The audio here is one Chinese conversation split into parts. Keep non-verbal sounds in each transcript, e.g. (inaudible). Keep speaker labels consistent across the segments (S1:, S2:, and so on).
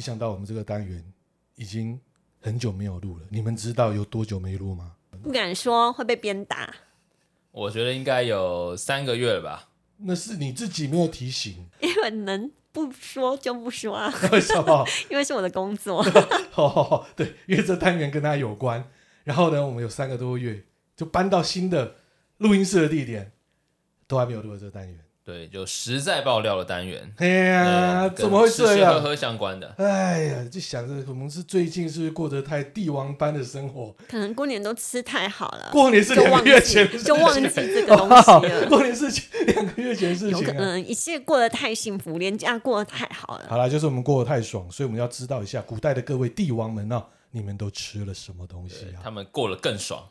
S1: 想到我们这个单元已经很久没有录了，你们知道有多久没录吗？
S2: 不敢说会被鞭打。 (laughs)
S3: 我觉得应该有三个月了吧。
S1: 那是你自己没有提醒， (laughs)
S2: 因为能不说就不说 (laughs) 啊，
S1: 为什么？ (laughs)
S2: 因为是我的工作。 (laughs)
S1: 哦，对，因为这单元跟它有关。然后呢，我们有三个多月就搬到新的录音室的地点，都还没有录的这个单元。
S3: 对，就实在爆料的单元。
S1: 哎呀，
S3: 对啊跟
S1: 怎么会这
S3: 吃吃喝
S1: 样？
S3: 喝相关的，
S1: 哎呀，就想着我们是最近是不是过得太帝王般的生活？
S2: 可能过年都吃太好了，
S1: 过年是
S2: 就
S1: 两
S2: 忘
S1: 个
S2: 记
S1: 月前哦的事情
S2: 就忘记这个东西了。
S1: (laughs) 过年是两个月前的事
S2: 有
S1: 情
S2: 可
S1: 啊。
S2: 能一切过得太幸福，连假过得太好了。
S1: 好啦，就是我们过得太爽，所以我们要知道一下古代的各位帝王们啊，你们都吃了什么东西
S3: 对
S1: 啊？
S3: 他们过得更爽。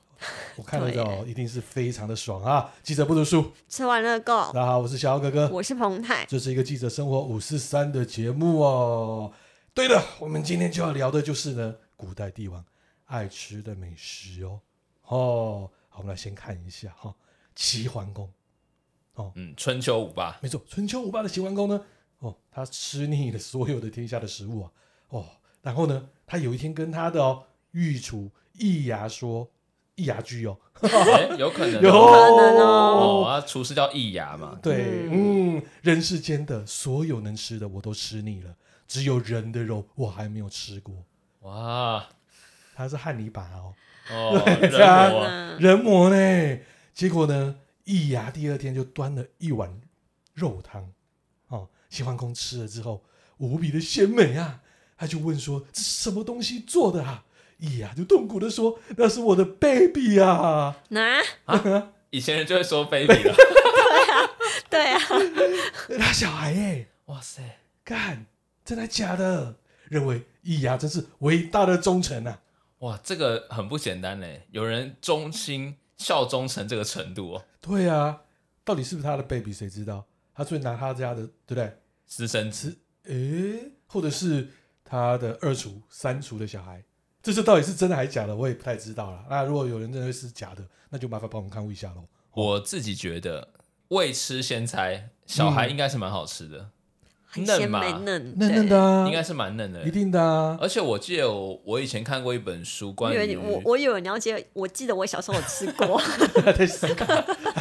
S1: 我看得到，哦一定是非常的爽啊！记者不读书，
S2: 吃完
S1: (laughs)
S2: 了
S1: 大
S2: 够，
S1: 家好，我是小奥哥哥，
S2: 我是彭泰，
S1: 这是一个记者生活五四三的节目哦。对了，我们今天就要聊的就是呢，古代帝王爱吃的美食哦。哦，好，我们来先看一下哈、齐桓公。
S3: 嗯，春秋五
S1: (laughs)
S3: 霸，
S1: 没错，春秋五霸的齐桓公呢，哦，他吃腻了所有的天下的食物啊，哦，然后呢，他有一天跟他的哦御厨易牙说，易牙居哦，
S3: 哎有可能
S1: 有
S3: 哦
S2: 能
S3: 哦，
S2: 哦
S3: 啊，厨师叫易牙嘛，
S1: 对，嗯，人世间的所有能吃的我都吃腻了，只有人的肉我还没有吃过。
S3: 哇，
S1: 他是汉尼拔哦， (laughs)
S3: 哦，
S1: 是啊
S3: 人
S2: 嗯
S3: 魔，
S2: 啊
S1: 人魔呢？结果呢，易牙第二天就端了一碗肉汤，哦，齐桓公吃了之后无比的鲜美啊，他就问说这是什么东西做的啊？易牙就痛苦的说那是我的 baby 啊，
S2: 那
S1: (laughs)
S3: 以前人就会说 baby 了，
S2: 对
S1: (laughs)
S2: 啊，
S1: 他小孩哎、
S3: 哇塞，
S1: 干，真的假的？认为易牙真是伟大的忠臣啊。
S3: 哇，这个很不简单嘞，有人忠心效忠成这个程度哦，
S1: 对啊，到底是不是他的 baby 谁知道？他最拿他家的，对不对？
S3: 私生子，
S1: 是，诶，或者是他的二厨、三厨的小孩，这是到底是真的还是假的，我也不太知道了。那如果有人认为是假的，那就麻烦帮我们看护一下喽。
S3: 我自己觉得未吃先猜，小孩
S1: 嗯
S3: 应该是蛮好吃的，
S2: 很
S3: 嫩
S2: 鲜
S3: 嘛
S2: 美嫩
S1: 嫩嫩的、啊，
S3: 应该是蛮嫩的
S1: 一，定的
S3: (laughs)
S1: 啊。
S3: 而且我记得我我以前看过一本书
S2: 对
S3: 关
S2: 因为
S3: 于
S2: 你我我以为你要接，我记得我小时候有吃过，
S1: 在思考，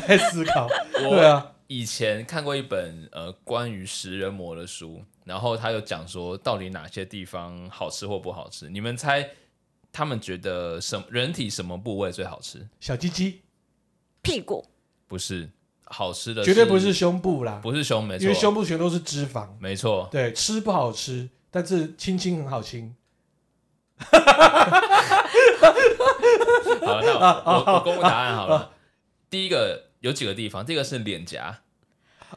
S1: 在思考。
S3: 我
S1: 对啊，
S3: 以前看过一本呃关于食人魔的书，然后他有讲说到底哪些地方好吃或不好吃。你们猜他们觉得什么人体什么部位最好吃？
S1: 小鸡鸡
S2: 屁
S3: (laughs)
S2: 股
S3: 不是好吃的，
S1: 绝对不是胸部啦，
S3: 不是胸，没
S1: 因为
S3: 错，
S1: 胸部全都是脂肪。
S3: 没
S1: (laughs)
S3: 错，
S1: 对，吃不好吃，但是亲亲很好亲。
S3: 好，那我我我公布答案好了。
S1: (laughs)
S3: 第一个有几个地方，第一个是脸颊，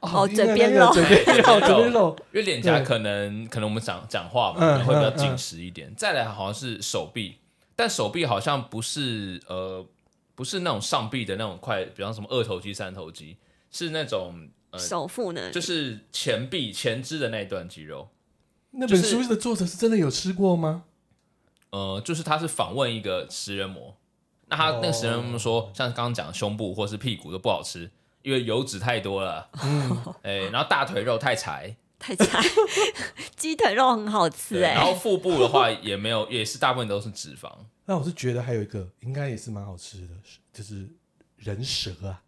S2: 哦
S1: 因为
S2: 嘴边
S1: 那个
S2: 肉
S1: 嘴边
S3: (laughs)
S1: 肉，嘴
S3: 嘴边
S1: 边肉。
S3: 因为脸颊
S1: 对
S3: 可能可能我们讲讲话嘛，
S1: 嗯
S3: 可能会比较
S1: 嗯嗯
S3: 紧实一点。再来好像是手臂，但手臂好像不是呃不是那种上臂的那种块，比方什么二头肌、三头肌，是那种
S2: (laughs)
S3: 呃
S2: 首富呢？
S3: 就是前臂前肢的那一段肌肉。
S1: 那
S3: 就
S1: 本
S3: 是
S1: 书的作者是真的有吃过吗？
S3: 呃，就是他是访问一个食人魔，那他
S1: 哦
S3: 那个食人魔说，像刚刚讲的胸部或是屁股都不好吃，因为油脂太多了，
S1: 嗯，
S3: 哎、然后大腿肉太柴，
S2: 太菜， (laughs) 鸡腿肉很好吃
S3: 对，然
S2: 哎，
S3: 后腹部的话也没有，也是大部分都是脂肪。
S1: 那我是觉得还有一个应该也是蛮好吃的，是就是人蛇啊，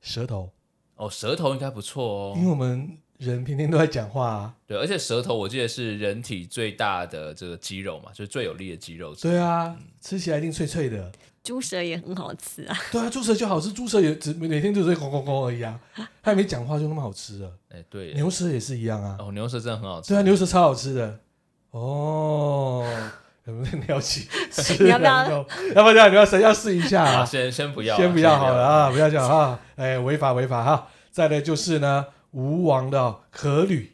S1: 舌头，
S3: 哦，舌头应该不错哦
S1: 因。为我们人天天都在讲话啊，
S3: 对，而且舌头我记得是人体最大的这个肌肉嘛，就是最有力的肌肉。
S1: 对啊，
S2: 嗯
S1: 吃起来一定脆脆的。
S2: 猪舌也很好吃啊， (laughs)
S1: 对啊，猪舌就好吃，猪舌也只每天就只会咕咕咕而已啊，它也没讲话就那么好吃了。
S3: 哎，对耶，
S1: 牛舌也是一样啊，
S3: 哦，牛舌真的很好吃。
S1: 对啊，牛舌超好吃的。哦，有 (laughs) 没有聊
S2: (laughs)
S1: 起吃
S2: 你要不要
S1: 人肉？要不要？要不要？谁要试一下
S3: 啊，
S1: 啊？
S3: 先先不要啊，
S1: 先不要好了啊，不要讲啊，哎，违法违法哈。再来就是呢，吴王的阖闾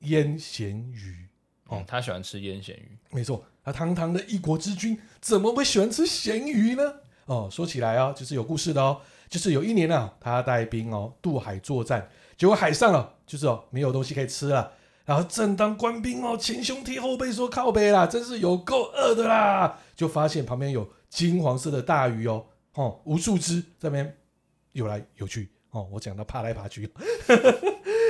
S1: 腌咸鱼，
S3: 哦，他喜欢吃腌咸鱼，
S1: 没错，他堂堂的一国之君，怎么会喜欢吃咸鱼呢？哦，说起来哦，就是有故事的哦，就是有一年啊，他带兵哦渡海作战，结果海上哦，就是哦没有东西可以吃了。然后正当官兵哦前胸贴后背说靠背啦，真是有够饿的啦，就发现旁边有金黄色的大鱼哦，哦无数只这边游来游去哦，我讲到爬 (laughs) 来爬去，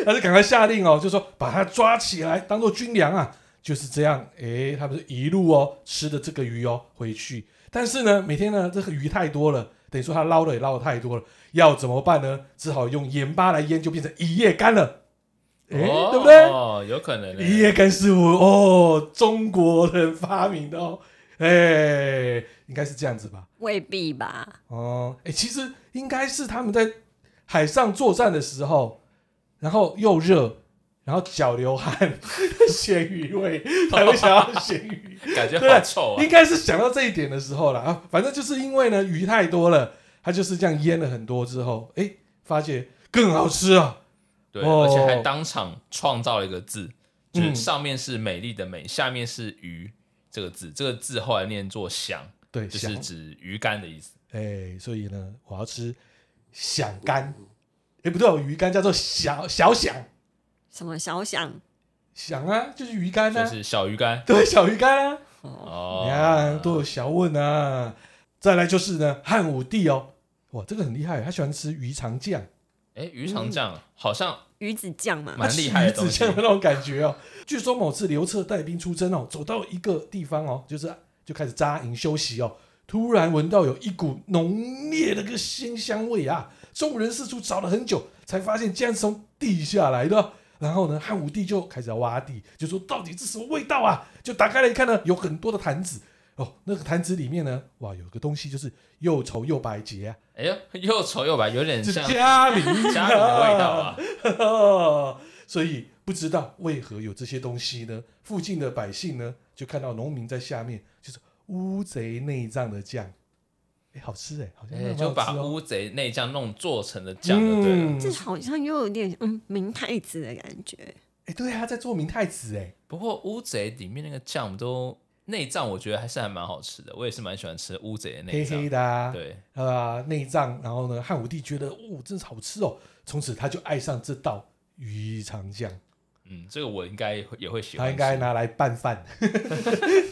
S1: 他就赶快下令哦，就说把它抓起来当做军粮啊。就是这样，诶，他们是一路哦吃的这个鱼哦回去，但是呢，每天呢这个鱼太多了，等于说他捞的也捞的太多了，要怎么办呢？只好用盐巴来腌，就变成一夜干了，诶，
S3: 哦
S1: 对不对？
S3: 哦，有可能
S1: 一
S3: 欸。
S1: 夜干是我哦，中国人发明的哦，哎，应该是这样子吧？
S2: 未必吧？
S1: 哦，哎，其实应该是他们在海上作战的时候，然后又热，然后脚流汗， (laughs) 咸鱼味才会想要咸
S3: (laughs)
S1: 鱼，
S3: 感觉
S1: 对
S3: 好臭啊
S1: 应！该是想到这一点的时候了啊。反正就是因为呢鱼太多了，他就是这样腌了很多之后，哎，发现更好吃啊。
S3: 对，
S1: 哦
S3: 而且还当场创造了一个字，就是
S1: 嗯
S3: 上面是美丽的美，下面是鱼这个字，这个字后来念作响，
S1: 对，
S3: 就
S1: 想
S3: 是指鱼竿的意思。
S1: 哎、所以呢，我要吃响干，哎、不对哦，鱼干叫做小小响
S2: 什么小想
S1: 响啊，就是鱼干
S3: 就
S1: 啊，
S3: 是小鱼干
S1: 对，小鱼干啊，
S2: 哦，
S1: 你看
S3: 哦，
S1: 都有小问啊。再来就是呢，汉武帝哦，哇，这个很厉害，他喜欢吃鱼肠酱，
S3: 哎，鱼肠
S1: 嗯
S3: 酱好像
S2: 鱼子酱嘛，
S1: 他
S3: 蛮
S1: 吃
S3: 厉
S1: 鱼
S3: 害的
S1: 啊子
S3: 东西
S1: 酱的那种感觉哦。据说某次刘彻带兵出征哦，走到一个地方哦，就是就开始扎营休息哦，突然闻到有一股浓烈的个鲜香味啊！众人四处找了很久，才发现竟然是从地下来的。哦然后呢，汉武帝就开始要挖地，就说到底是什么味道啊？就打开来一看呢，有很多的坛子哦，那个坛子里面呢，哇，有个东西就是又稠又白洁啊，
S3: 哎呀，又丑又白，有点
S1: 就是
S3: 像
S1: 嘉陵
S3: 家里的味
S1: (laughs)
S3: 道啊。
S1: 所以不知道为何有这些东西呢？附近的百姓呢，就看到农民在下面，就是乌贼内脏的酱，哎、好吃哎、好像
S3: 哎，
S1: 蛮
S3: 就
S1: 好吃
S3: 把
S1: 哦、
S3: 乌贼内酱弄做成了酱就对了。
S1: 嗯
S2: 这好像又有点嗯明太子的感觉，
S1: 哎、对啊，在做明太子哎、
S3: 不过乌贼里面那个酱都内脏，我觉得还是还蛮好吃的，我也是蛮喜欢吃乌贼的内
S1: 黑
S3: 脏
S1: 黑。的啊，
S3: 对，
S1: 啊内脏。然后呢，汉武帝觉得哦，真是好吃哦，从此他就爱上这道鱼肠酱，
S3: 嗯，这个我应该也会喜
S1: 他
S3: 欢吃。
S1: 应该拿来拌饭。 (laughs)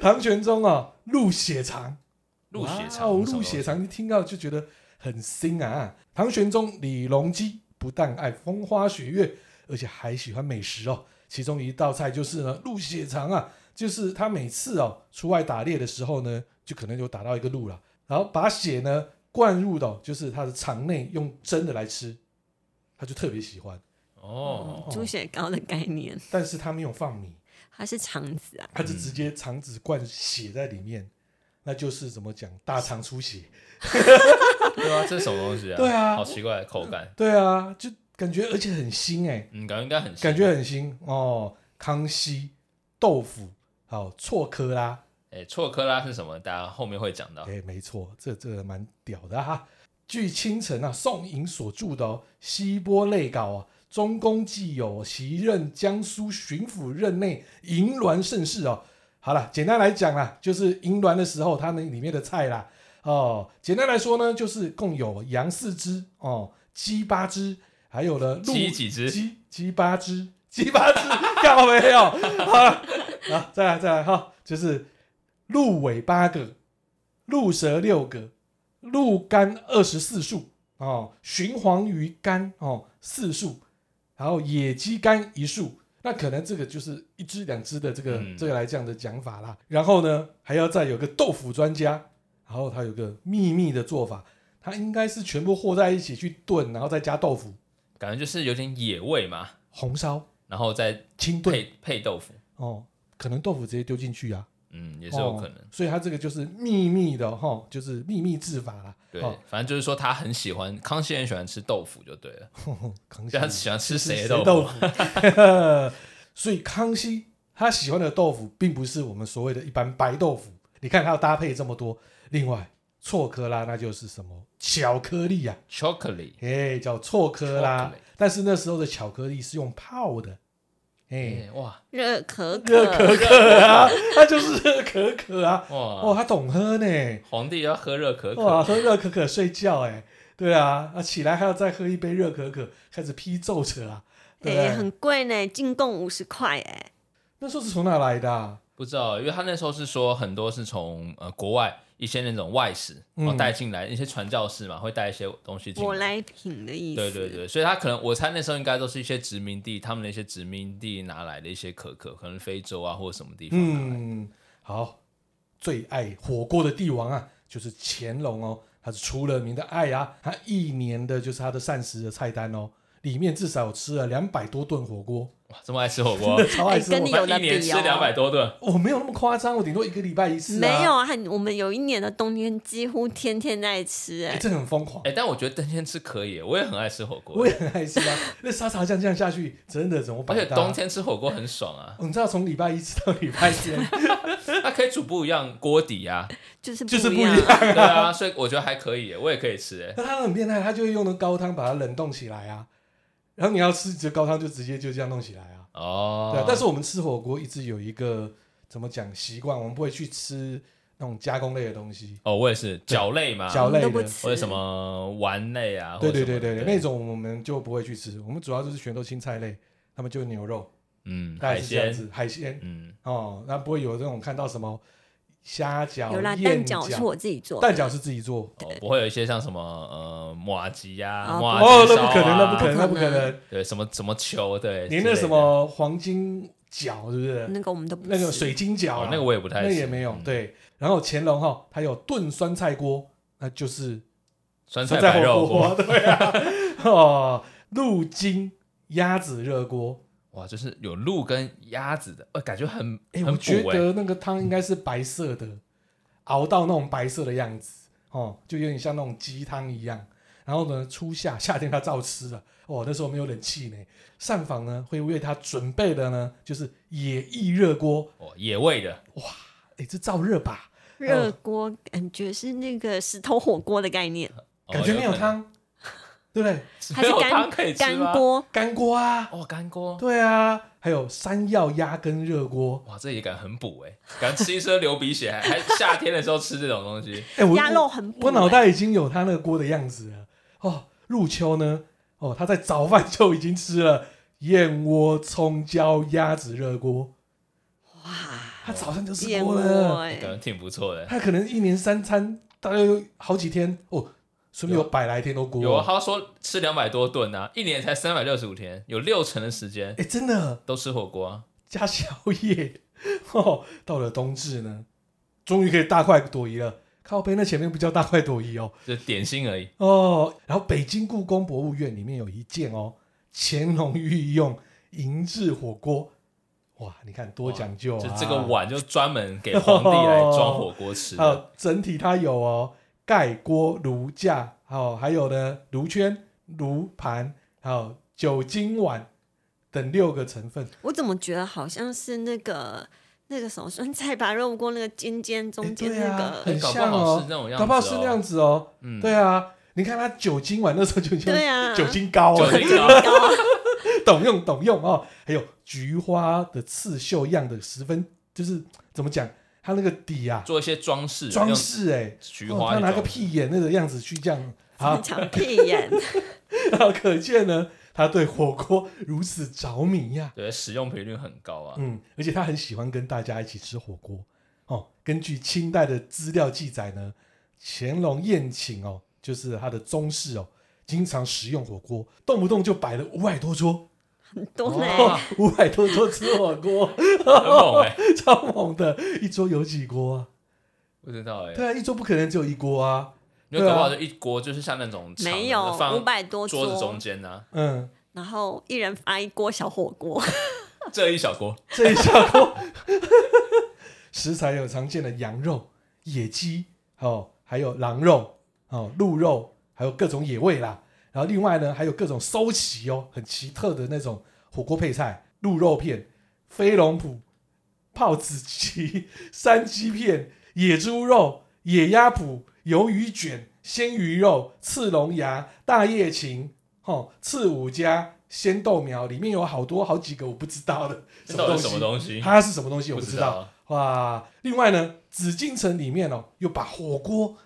S1: 唐玄宗啊，入血肠。
S3: 鹿血肠，
S1: 哇哦鹿
S3: 什么东
S1: 血
S3: 西
S1: 肠，一听到就觉得很新啊！唐玄宗李隆基不但爱风花雪月，而且还喜欢美食哦。其中一道菜就是呢鹿血肠啊，就是他每次哦出外打猎的时候呢，就可能有打到一个鹿了，然后把血呢灌入到就是他的肠内，用蒸的来吃，他就特别喜欢。
S3: 哦，
S2: 猪血糕的概念，
S1: 但是他没有放米，
S2: 它是肠子啊，
S1: 他就直接肠子灌血在里面，那就是怎么讲大肠出血。
S3: 对啊，这是什么东西啊？
S1: 对啊
S3: 好奇怪的口感，
S1: 对啊，就感觉而且很腥哎、
S3: 嗯，感觉应该很
S1: 感觉很新哦。康熙豆腐，好错科啦，
S3: 哎，错克拉是什么？大家后面会讲到
S1: 哎、。没错，这这个蛮屌的哈、据清晨啊宋颖所著的、哦《西波类稿》啊，中公既有其任江苏巡抚任内淫乱盛世哦。好了，简单来讲啦，就是淫乱的时候，他们里面的菜啦。哦，简单来说呢，就是共有羊四只哦，鸡八只，还有呢鹿
S3: 鸡几只
S1: 鸡鸡八只，鸡八只，看到没有？好了，好，再来再来哈，就是鹿尾八个，鹿舌六个，鹿肝二十四束哦，鲟黄鱼肝哦四束，然后野鸡肝一束。那可能这个就是一只两只的这个、
S3: 嗯
S1: 这个来这样的讲法啦。然后呢，还要再有个豆腐专家，然后他有个秘密的做法，他应该是全部和在一起去炖，然后再加豆腐
S3: 感觉就是有点野味嘛，
S1: 红烧
S3: 然后再
S1: 清炖
S3: 配配豆腐，
S1: 哦，可能豆腐直接丢进去啊，
S3: 嗯，也是有可能。
S1: 哦所以他这个就是秘密的哈、哦，就是秘密制法啦。
S3: 对
S1: 哦，
S3: 反正就是说他很喜欢康熙很喜欢吃豆腐就对了，
S1: 康熙
S3: 他喜欢吃谁
S1: 谁
S3: 的
S1: 豆
S3: 豆
S1: 腐
S3: 腐？？
S1: (laughs) 所以康熙他喜欢的豆腐，并不是我们所谓的一般白豆腐。你看他要搭配这么多，另外错科拉那就是什么巧克力呀、
S3: Chocolate，
S1: 啊，哎，叫错科拉
S3: Chocolate。
S1: 但是那时候的巧克力是用泡的，哎，
S3: 哎哇
S2: 热可
S1: 热
S2: 可，哎
S1: 可可啊，它就是热可可啊。哦，
S3: 哇，
S1: 他懂喝呢，
S3: 皇帝要喝热可
S1: 哇，
S3: 可，
S1: 喝热可可睡觉哎，对啊，啊起来还要再喝一杯热可可，开始批奏折啊，对不
S2: 哎，
S1: 对？
S2: 很贵呢，进贡五十块哎，
S1: 那时候是从哪来的啊、
S3: 不知道，因为他那时候是说很多是从呃国外一些那种外食，
S1: 嗯
S3: 然后带进来、一些传教士嘛，会带一些东西进
S2: 舶
S3: 来。
S2: 来品的意思。
S3: 对对对，所以他可能我猜那时候应该都是一些殖民地，他们的一些殖民地拿来的一些可可，可能非洲啊或者什么地方拿来。
S1: 嗯，好，最爱火锅的帝王啊，就是乾隆哦，他是出了名的爱啊，他一年的就是他的膳食的菜单哦，里面至少有吃了两百多顿火锅，
S3: 哇，这么爱吃火锅，
S1: 超爱吃火
S2: 哎
S1: 锅
S2: 跟你。 (laughs) 有的
S3: 一年
S2: 比
S3: 吃
S2: 哦
S3: 两百多顿，
S1: 我没有那么夸张，我顶多一个礼拜一次、啊。
S2: 没有啊，我们有一年的冬天几乎天天在吃、
S1: 哎、
S2: 哎、
S1: 这很疯狂。
S3: 哎、但我觉得冬天吃可以，我也很爱吃火锅
S1: 我，也很爱吃啊，那沙茶酱这样下去，真的怎么
S3: 而
S1: 办？啊
S3: 且冬、天吃火锅很爽啊， (laughs)
S1: 哦，你知道从礼拜一吃到礼拜天，
S3: 它可以煮不一样锅底啊，
S2: 就是
S1: 就是不
S2: 一
S1: 一
S2: 样。
S1: 样。
S3: 对啊，所以我觉得还可以耶，我也可以吃哎。
S1: 那他很变态，他就会用那高汤把它冷冻起来啊，然后你要吃这高汤就直接就这样弄起来啊。
S3: 哦，
S1: 对啊，但是我们吃火锅一直有一个怎么讲习惯，我们不会去吃那种加工类的东西，
S3: 哦，我也是脚类嘛，
S1: 嚼类
S2: 我们都
S1: 的
S2: 不。吃
S3: 或者什么丸类啊，
S1: 对
S3: 或者
S1: 对
S3: 什
S1: 对
S3: 么
S1: 对
S3: 的
S1: 对，那种我们就不会去吃，我们主要就是选都青菜类，他们就牛肉，
S3: 嗯
S1: 大概
S3: 海
S1: 是这样
S3: 鲜，
S1: 子，海鲜
S3: 嗯，
S1: 哦，那不会有这种看到什么虾饺、
S2: 有啦，
S1: 燕
S2: 蛋饺是我自己做的，
S1: 蛋饺是自己做，
S3: 哦，不会有一些像什么呃马吉呀、
S2: 哦
S3: 马
S2: 不
S1: 哦，
S3: 吉
S1: 那
S3: 烧
S1: 不可能，那
S3: 啊
S1: 不可能，那不可
S2: 不可
S1: 能，
S3: 对，什么什么球，对，
S1: 连
S3: 之类
S1: 那
S3: 的
S1: 什么黄金饺是不是？
S2: 那个我们都不吃
S1: 那个水晶饺
S3: 哦
S1: 啊，
S3: 那个我也不太
S1: 那
S3: 吃，
S1: 也没有
S3: 嗯，
S1: 对。然后乾隆哈，他有炖酸菜锅，那就是
S3: 酸菜
S1: 酸菜
S3: 白肉
S1: 火
S3: (laughs)
S1: 锅，
S3: 锅，
S1: 对啊，哦，鹿筋鸭子热锅，
S3: 哇，就是有鹿跟鸭子的，呃，感觉很
S1: 哎，我
S3: 很
S1: 觉
S3: 补哎，
S1: 得那个汤应该是白色的，熬到那种白色的样子，哦，就有点像那种鸡汤一样。然后呢，初夏夏天他照吃了，哦，那时候没有冷气呢。上访呢会为他准备的呢就是野翼热锅，
S3: 哦，野味的，
S1: 哎，这照热吧，哦
S2: 热锅，感觉是那个石头火锅的概念，
S3: 哦
S1: 感觉没有，汤，对不对？
S2: 它
S3: 可能没
S2: 是
S3: 有汤
S2: 干
S3: 可以吃
S2: 干
S3: 吗？
S2: 锅，
S1: 干锅啊，
S3: 哦，干锅，
S1: 对啊，还有山药鸭跟热锅，
S3: 哇，这也敢很补哎，敢吃一吃流鼻血，还还夏天的时候吃这种东西，
S1: 哎，我
S2: 鸭肉很补、欸
S1: 我脑袋已经有他那个锅的样子了。哦，入秋呢，哦，他在早饭就已经吃了燕窝、葱椒、鸭子热锅，
S2: 哇，
S1: 他早上就吃
S2: 燕
S1: 锅
S2: 窝
S1: 了。
S2: 哎、
S3: 感觉挺不错的。
S1: 他可能一年三餐，大概有好几天哦，说不定有百来天都锅。
S3: 有啊，他说吃两百多顿啊，一年才三百六十五天，有六成的时间
S1: 哎，真的
S3: 都吃火锅啊。
S1: 加宵夜 (laughs) 哦。到了冬至呢，终于可以大快朵颐了。靠背那前面不叫大快朵颐哦，
S3: 就点心而已。
S1: 哦，然后北京故宫博物院里面有一件哦，乾隆御用银制火锅，哇，你看多讲究、啊，
S3: 就这个碗就专门给皇帝来装火锅吃
S1: 还
S3: 的。
S1: 有整体它有哦，盖锅、炉架，哦，还有呢炉圈、炉盘，还有酒精碗等六个成分。
S2: 我怎么觉得好像是那个那个什么酸菜白肉锅那个尖尖中间
S1: 诶对啊
S2: 那个，
S1: 很
S3: 哎搞不
S1: 像
S3: 好
S1: 哦
S3: 是那种样子、哦，
S1: 搞不好是那样子哦，
S3: 嗯，
S1: 对啊，你看它酒精碗那时候就像
S2: 对啊，
S1: 酒精膏
S3: 酒
S1: 哦，
S3: 精高，
S1: 懂用懂用哦，还有菊花的刺绣样的十分，就是怎么讲，它那个底啊，
S3: 做一些装饰，
S1: 装饰哎
S3: 用，菊
S1: 哦
S3: 花、
S1: 他拿个，屁眼那个样子去这
S3: (laughs)
S1: 样
S3: 哦
S1: 啊，
S2: 讲屁眼，
S1: 然后可见呢，他对火锅如此着迷呀、
S3: 对，使用频率很高啊。
S1: 嗯，而且他很喜欢跟大家一起吃火锅哦。根据清代的资料记载呢，乾隆宴请哦，就是他的宗室哦，经常食用火锅，动不动就摆了五百多桌，
S2: 很多嘞、
S3: 哇
S1: 五百多桌吃火锅。
S3: 很猛哎、
S1: 超猛的，一桌有几锅啊？
S3: 不知道哎、
S1: 对啊，一桌不可能只有一锅啊。
S3: 因为搞不好就一锅就是像那种长的
S2: 没有
S3: 放
S2: 五百多
S3: 桌子
S2: 桌
S3: 中，间啊呢、
S1: 嗯，
S2: 然后一人发一锅小火锅，
S3: 啊， (laughs) 这一小锅
S1: 这一小锅，食材有常见的羊肉、野鸡哦，还有狼肉哦、鹿肉，还有各种野味啦。然后另外呢，还有各种收奇哦，很奇特的那种火锅配菜，鹿肉片、飞龙脯、泡子鸡、 (laughs) 山鸡片、野猪肉、野鸭脯、鱿鱼卷、鲜鱼肉、刺龙牙、大叶芹、哦、刺五加、鲜豆苗，里面有好多好几个我不知道的
S3: 这
S1: (laughs) 什
S3: 到
S1: 么东
S3: 底是什么
S1: 西，
S3: 东西？
S1: 它是什么东西我不知
S3: 知
S1: 道。
S3: 道，
S1: 哇，另外呢，紫禁城里面哦，又把火锅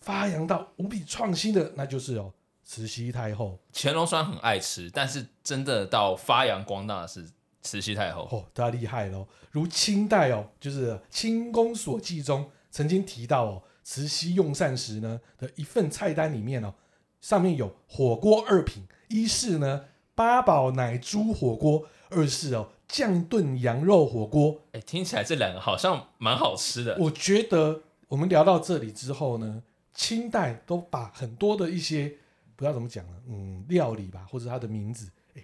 S1: 发扬到无比创新的，那就是哦，慈禧太后。
S3: 乾隆虽然很爱吃，但是真的到发扬光大是慈禧太后。
S1: 哦，他厉害喽！如清代哦，就是《清宫所记》中曾经提到哦，慈禧用膳时呢的一份菜单里面哦，上面有火锅二品，一是呢八宝奶猪火锅，二是哦酱炖羊肉火锅。
S3: 哎，听起来这两个好像蛮好吃的。
S1: 我觉得我们聊到这里之后呢，清代都把很多的一些不知道怎么讲了，嗯，料理吧，或者它的名字，哎，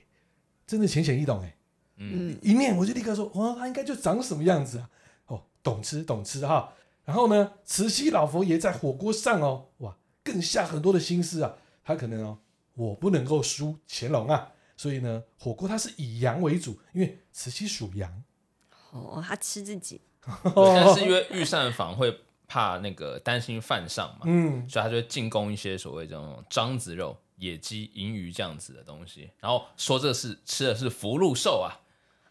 S1: 真的浅显易懂哎。
S2: 嗯，
S1: 一念我就立刻说，哦，他应该就长什么样子啊？哦，懂吃懂吃哈。然后呢，慈禧老佛爷在火锅上哦，哇，更下很多的心思啊。他可能哦，我不能够输乾隆啊，所以呢，火锅它是以羊为主，因为慈禧属羊。
S2: 哦，他吃自己，
S1: 哦
S3: 但是因为御膳房会怕那个担心犯上嘛，
S1: 嗯，
S3: 所以他就会进贡一些所谓这种獐子肉、野鸡、银鱼这样子的东西，然后说这是吃的是福禄寿啊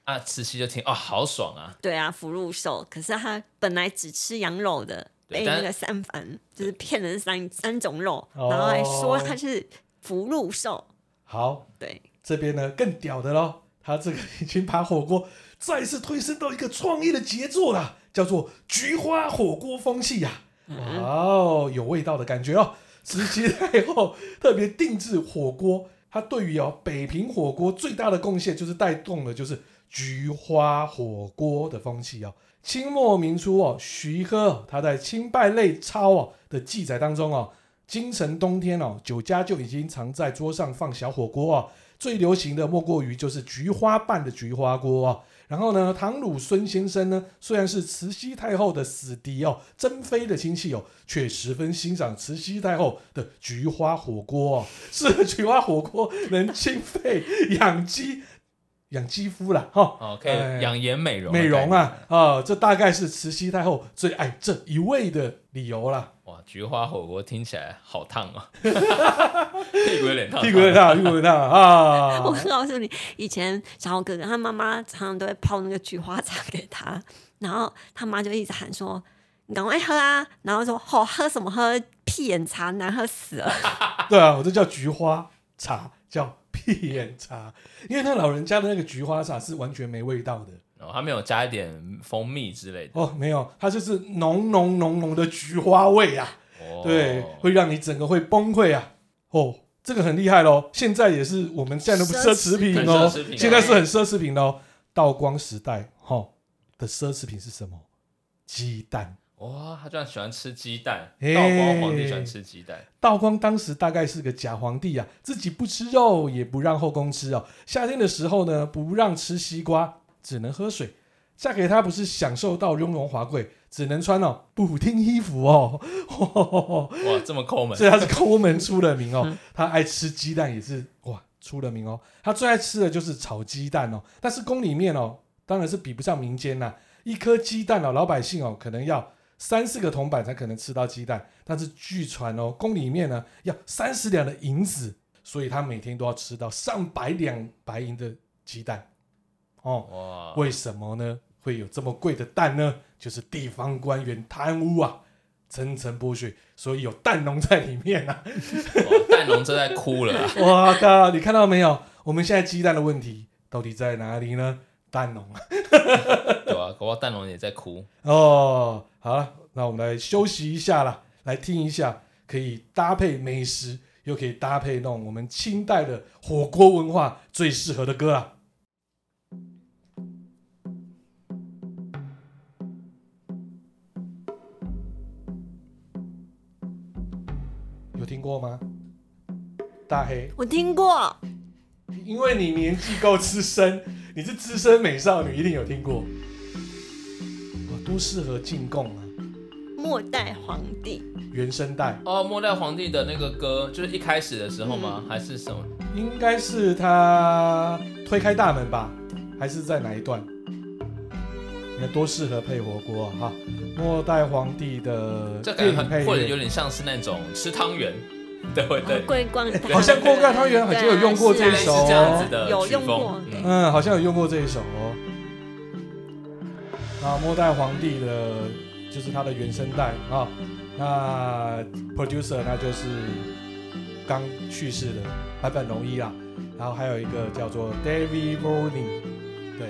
S3: 啊！慈禧就听哦，好爽啊！
S2: 对啊，福禄寿。可是他本来只吃羊肉的，
S3: 对
S2: 被
S3: 但
S2: 那个三凡就是骗人三三种肉，
S1: 哦
S2: 然后还说他是福禄寿。
S1: 好，
S2: 对，
S1: 这边呢更屌的喽，他这个已经把火锅再次推升到一个创意的杰作啦，叫做菊花火锅风气呀、哇哦，有味道的感觉哦！慈禧太后特别定制火锅，她对于哦北平火锅最大的贡献就是带动了就是菊花火锅的风气哦。清末民初哦，徐珂哦他在《清拜类钞》哦的记载当中哦，京城冬天哦，酒家就已经常在桌上放小火锅哦。最流行的莫过于就是菊花瓣的菊花锅哦。然后呢，唐鲁孙先生呢，虽然是慈禧太后的死敌哦，珍妃的亲戚哦，却十分欣赏慈禧太后的菊花火锅
S3: (laughs)
S1: 哦。是菊花火锅能清肺养肌、养肌肤啦，哈、
S3: 哦，可
S1: 哎
S3: 以养颜美容，
S1: 美容！啊啊，这大概是慈禧太后最爱这一位的理由啦。
S3: 哇，菊花火锅听起来好烫
S1: (laughs)
S3: 啊，屁股有点烫，
S1: 屁股很大，屁股很大
S2: 我
S1: 啊！
S2: 告诉你，以前小豪哥哥他妈妈常常都会泡那个菊花茶给他，然后他妈就一直喊说：“你赶快喝啊！”然后说：“哦，喝什么喝？屁眼茶难喝死了。
S1: 对啊，我这叫菊花茶，叫屁眼茶，因为那老人家的那个菊花茶是完全没味道的
S3: 哦，他没有加一点蜂蜜之类的。
S1: 哦，没有，它就是浓浓浓浓的菊花味啊，
S3: 哦，
S1: 对，会让你整个会崩溃啊！哦，这个很厉害喽，现在也是我们现在都不奢
S2: 奢侈
S1: 侈
S2: 品
S1: 品哦
S3: 很奢侈品，
S1: 现在是很奢侈品喽。道光时代哈、哦、的奢侈品是什么？鸡蛋。
S3: 哇，他居然喜欢吃鸡蛋，
S1: 嘿
S3: 道光皇帝喜欢吃鸡蛋，
S1: 道光当时大概是个假皇帝啊，自己不吃肉，也不让后宫吃哦。夏天的时候呢，不让吃西瓜，只能喝水。嫁给他不是享受到雍容华贵，只能穿哦补丁衣服哦。 (laughs)
S3: 哇，这么抠门
S1: 所以他是啊抠门出了名哦。他爱吃鸡蛋也是哇出了名哦。他最爱吃的就是炒鸡蛋哦，但是宫里面哦，当然是比不上民间啦、一颗鸡蛋哦，老百姓哦可能要三四个铜板才可能吃到鸡蛋，但是据传哦，宫里面呢要三十两的银子，所以他每天都要吃到上百两白银的鸡蛋哦。
S3: 哇！
S1: 为什么呢？会有这么贵的蛋呢？就是地方官员贪污啊，层层剥削，所以有蛋农在里面啊。
S3: 哇蛋龙正在哭了啊、 (laughs)
S1: 哇靠！你看到没有？我们现在鸡蛋的问题到底在哪里呢？蛋农啊。
S3: 对啊，搞不好蛋龙也在哭。
S1: 哦，好了，那我们来休息一下啦，来听一下，可以搭配美食，又可以搭配那种我们清代的火锅文化最适合的歌啊啦。有听过吗？大黑，
S2: 我听过，
S1: 因为你年纪够资深，你是资深美少女，一定有听过。哇，多适合进贡啊！
S2: 末代皇帝
S1: 原声带
S3: 哦，末代皇帝的那个歌，就是一开始的时候
S1: 嗯
S3: 吗？还是什么？
S1: 应该是他推开大门吧，还是在哪一段？你看多适合配火锅啊！哈，末代皇帝的
S3: 这感
S1: 电
S3: 觉
S1: 影配
S3: 很，或者有
S1: 乐，
S3: 点像是那种吃汤圆，对不对？
S2: 桂哦冠大啊
S1: 好像锅盖汤圆好像有用过这一
S3: 类似
S1: 首
S3: 这样子
S1: 哦。
S3: 的
S2: 有
S3: 曲
S2: 用过
S3: 风，
S2: 对
S3: 嗯，
S1: 嗯，好像有用过这一首哦。啊，末代皇帝的，就是他的原声带啊。那 producer 那就是刚去世的坂本龙一啦，然后还有一个叫做 David b o r n i n g 对，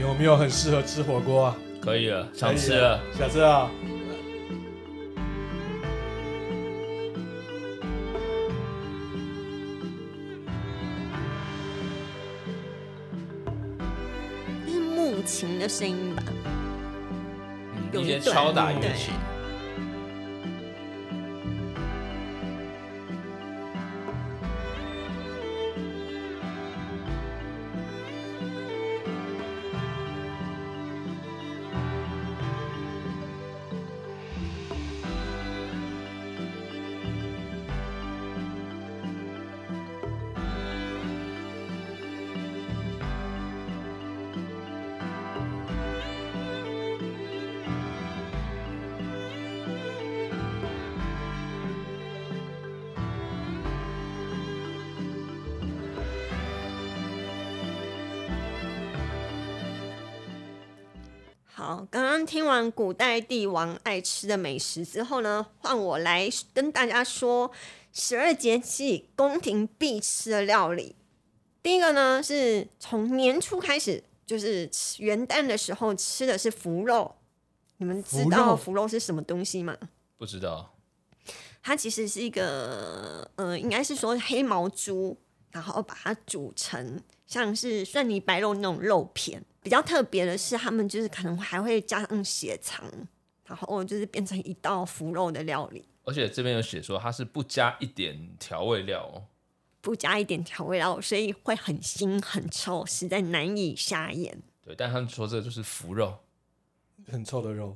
S1: 有没有很适合吃火锅啊？
S3: 可以了，想吃了。
S1: 可以，想吃啊！
S2: 这是木琴的声音吧？
S3: 嗯
S2: 有
S3: 一
S2: 一
S3: 些
S2: 段
S3: 敲打
S1: 嗯
S3: 乐器。
S2: 好，刚刚听完古代帝王爱吃的美食之后呢，换我来跟大家说十二节气宫廷必吃的料理。第一个呢是从年初开始，就是吃元旦的时候吃的是腐肉。你们知
S1: 腐肉
S2: 道腐肉是什么东西吗？
S3: 不知道，
S2: 它其实是一个呃，应该是说黑毛猪，然后把它煮成像是蒜泥白肉那种肉片。比较特别的是，他们就是可能还会加上血肠，然后就是变成一道腐肉的料理，
S3: 而且这边有写说它是不加一点调味料哦。
S2: 不加一点调味料，所以会很腥很臭，实在难以下咽。
S3: 对，但他们说这个就是腐肉，
S1: 很臭的肉，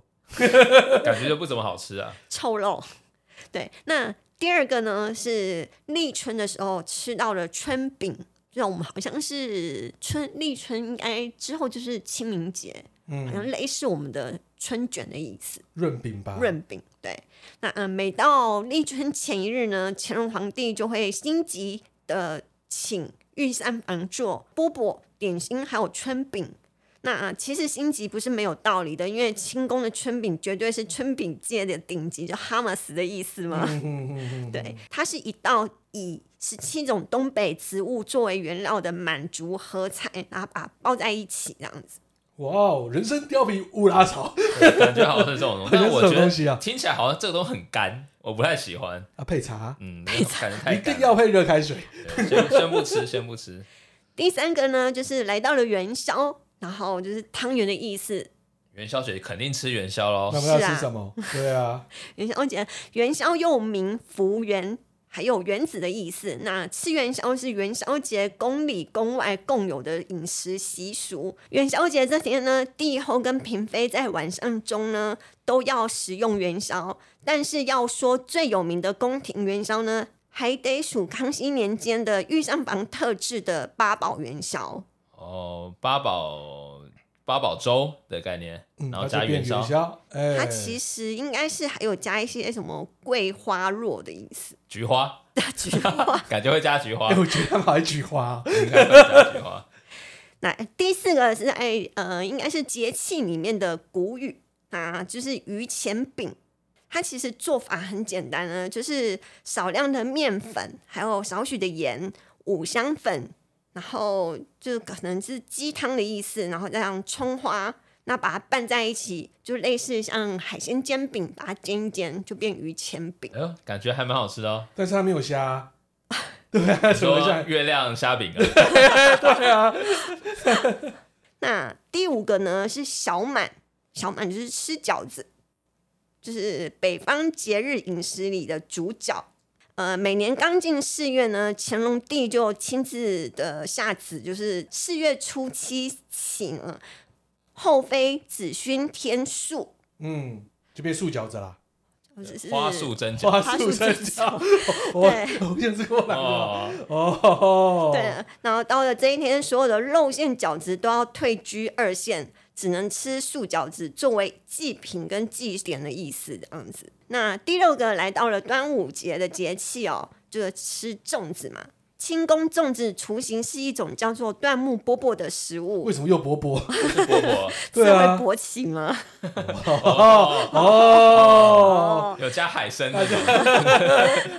S3: 感觉就不怎么好吃啊。
S2: 臭肉。 (laughs) 对，那第二个呢是立春的时候吃到的春饼，就我们好像是春立春应该之后就是清明节，好像
S1: 嗯，
S2: 类似我们的春卷的意思，
S1: 润饼吧，
S2: 润饼。对，那嗯、呃每到立春前一日呢，乾隆皇帝就会心急的请御膳房做饽饽、点心还有春饼。那、呃其实心急不是没有道理的，因为清宫的春饼绝对是春饼界的顶级，就哈马斯的意思嘛。
S1: 嗯嗯嗯嗯，
S2: (laughs) 对，它是一道以十七种东北植物作为原料的满族合菜，然后把它包在一起这样子。
S1: 哇哦，人参貂皮乌拉
S3: (laughs)
S1: 草
S3: 对感觉好像是这种
S1: (laughs)
S3: 东西，
S1: 感觉
S3: 但我
S1: 是
S3: 觉
S1: 什么东西
S3: 得
S1: 啊
S3: 听起来好像这个都很干，我不太喜欢。
S1: 啊，配茶，
S3: 嗯，感觉太
S1: 一
S3: 干
S1: 定要配热开水，
S3: 对先先不吃，先不吃。
S2: 第三个呢，就是来到了元宵，然后就是汤圆的意思。
S3: 元宵节肯定吃元宵喽
S1: 那。我们要
S2: 是
S1: 吃
S2: 啊
S1: 什么？对啊，
S3: (laughs)
S2: 元宵节，元宵又名福元，还有原子的意思。那吃元宵是元宵节宫里宫外共有的饮食习俗。元宵节这天呢，帝后跟嫔妃在晚上中呢都要食用元宵，但是要说最有名的宫廷元宵呢，还得数康熙年间的御膳房特制的八宝元宵。
S3: 哦，八宝八宝粥的概念，
S1: 嗯，
S3: 然后
S1: 那
S3: 加
S1: 就变
S3: 元宵
S1: 元，宵，哎，
S2: 它其实应该是还有加一些什么桂花肉的意思，
S3: 菊花，
S2: 菊花。
S3: 感觉会加菊花
S1: (laughs) 哎，，我觉得他们好爱菊花哦，
S3: 应该会加菊花。
S2: 那第四个是在呃，应该是节气里面的谷雨啊，就是榆钱饼。它其实做法很简单呢，就是少量的面粉，还有少许的盐、五香粉，然后就可能是鸡汤的意思，然后再上葱花，那把它拌在一起，就类似像海鲜煎饼，把它煎一煎，就变榆钱饼。
S3: 哎呦，感觉还蛮好吃的哦。
S1: 但是他没有虾
S2: (laughs)
S1: 啊，对啊，
S3: 你
S1: (laughs) 怎么
S3: 说
S1: 像？
S3: 月亮虾
S1: (laughs)
S3: 饼啊，
S1: 对啊，
S2: 那第五个呢是小满，小满就是吃饺子，就是北方节日饮食里的主角。呃，每年刚进四月呢，乾隆帝就亲自的下旨，就是四月初七起呢，后妃子勋天数，
S1: 嗯，就变素饺子
S3: (laughs)
S1: 啦，
S2: 就是
S3: 花束蒸饺。
S1: 花
S2: 花
S1: 素
S2: 素
S1: 生
S2: 生
S1: 饺， (laughs) 我
S2: 对
S1: 我想吃过来了，
S3: 哦，
S1: 哦，
S2: 对，，然后到了这一天，所有的肉馅饺子都要退居二线，只能吃素饺子作为祭品跟祭典的意思，这样子。那第六个来到了端午节的节气哦，就是吃粽子嘛。清宫粽子雏形是一种叫做椴木波波的食物
S1: 为，什么又波
S2: (laughs)
S1: 波？
S3: 是波波
S2: 这
S1: 对
S2: 会
S1: 啊
S2: 勃起吗？
S1: 哦哦，
S2: 哦，
S3: 有加海参那种，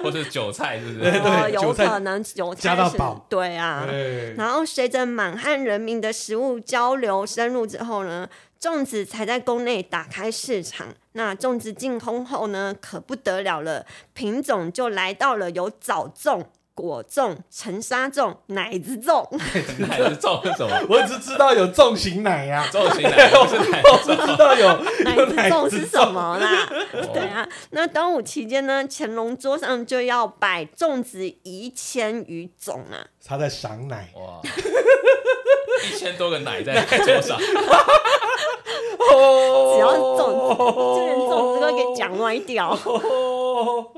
S3: 或者韭菜，是不
S1: (laughs)
S3: 是？
S1: 对
S2: 哦有
S1: 韭菜
S2: 可能有
S1: 加到饱，
S2: 对啊。
S1: 对，
S2: 然后随着满汉人民的食物交流深入之后呢，粽子才在宫内打开市场。那粽子进空后呢，可不得了了，品种就来到了有枣粽、果粽、沉沙粽、奶子粽。 (laughs)
S3: (laughs) 奶是粽是什么？
S1: (laughs) 我只知道有重型奶呀、
S2: (laughs)
S3: 粽型奶不是奶
S1: 我只知道有
S2: 奶
S1: 有
S2: 子
S1: 奶
S2: 粽
S1: 子
S2: 是什么啦？对
S3: 粽。
S2: 啊，那端午期间呢，乾隆桌上就要摆粽子一千余种啊。
S1: 他在赏奶，
S3: 哇，一千多个奶在桌
S1: (laughs)
S3: 上，
S1: 只
S2: (laughs) 只要粽子，就连粽子都给讲歪掉。
S1: 哦，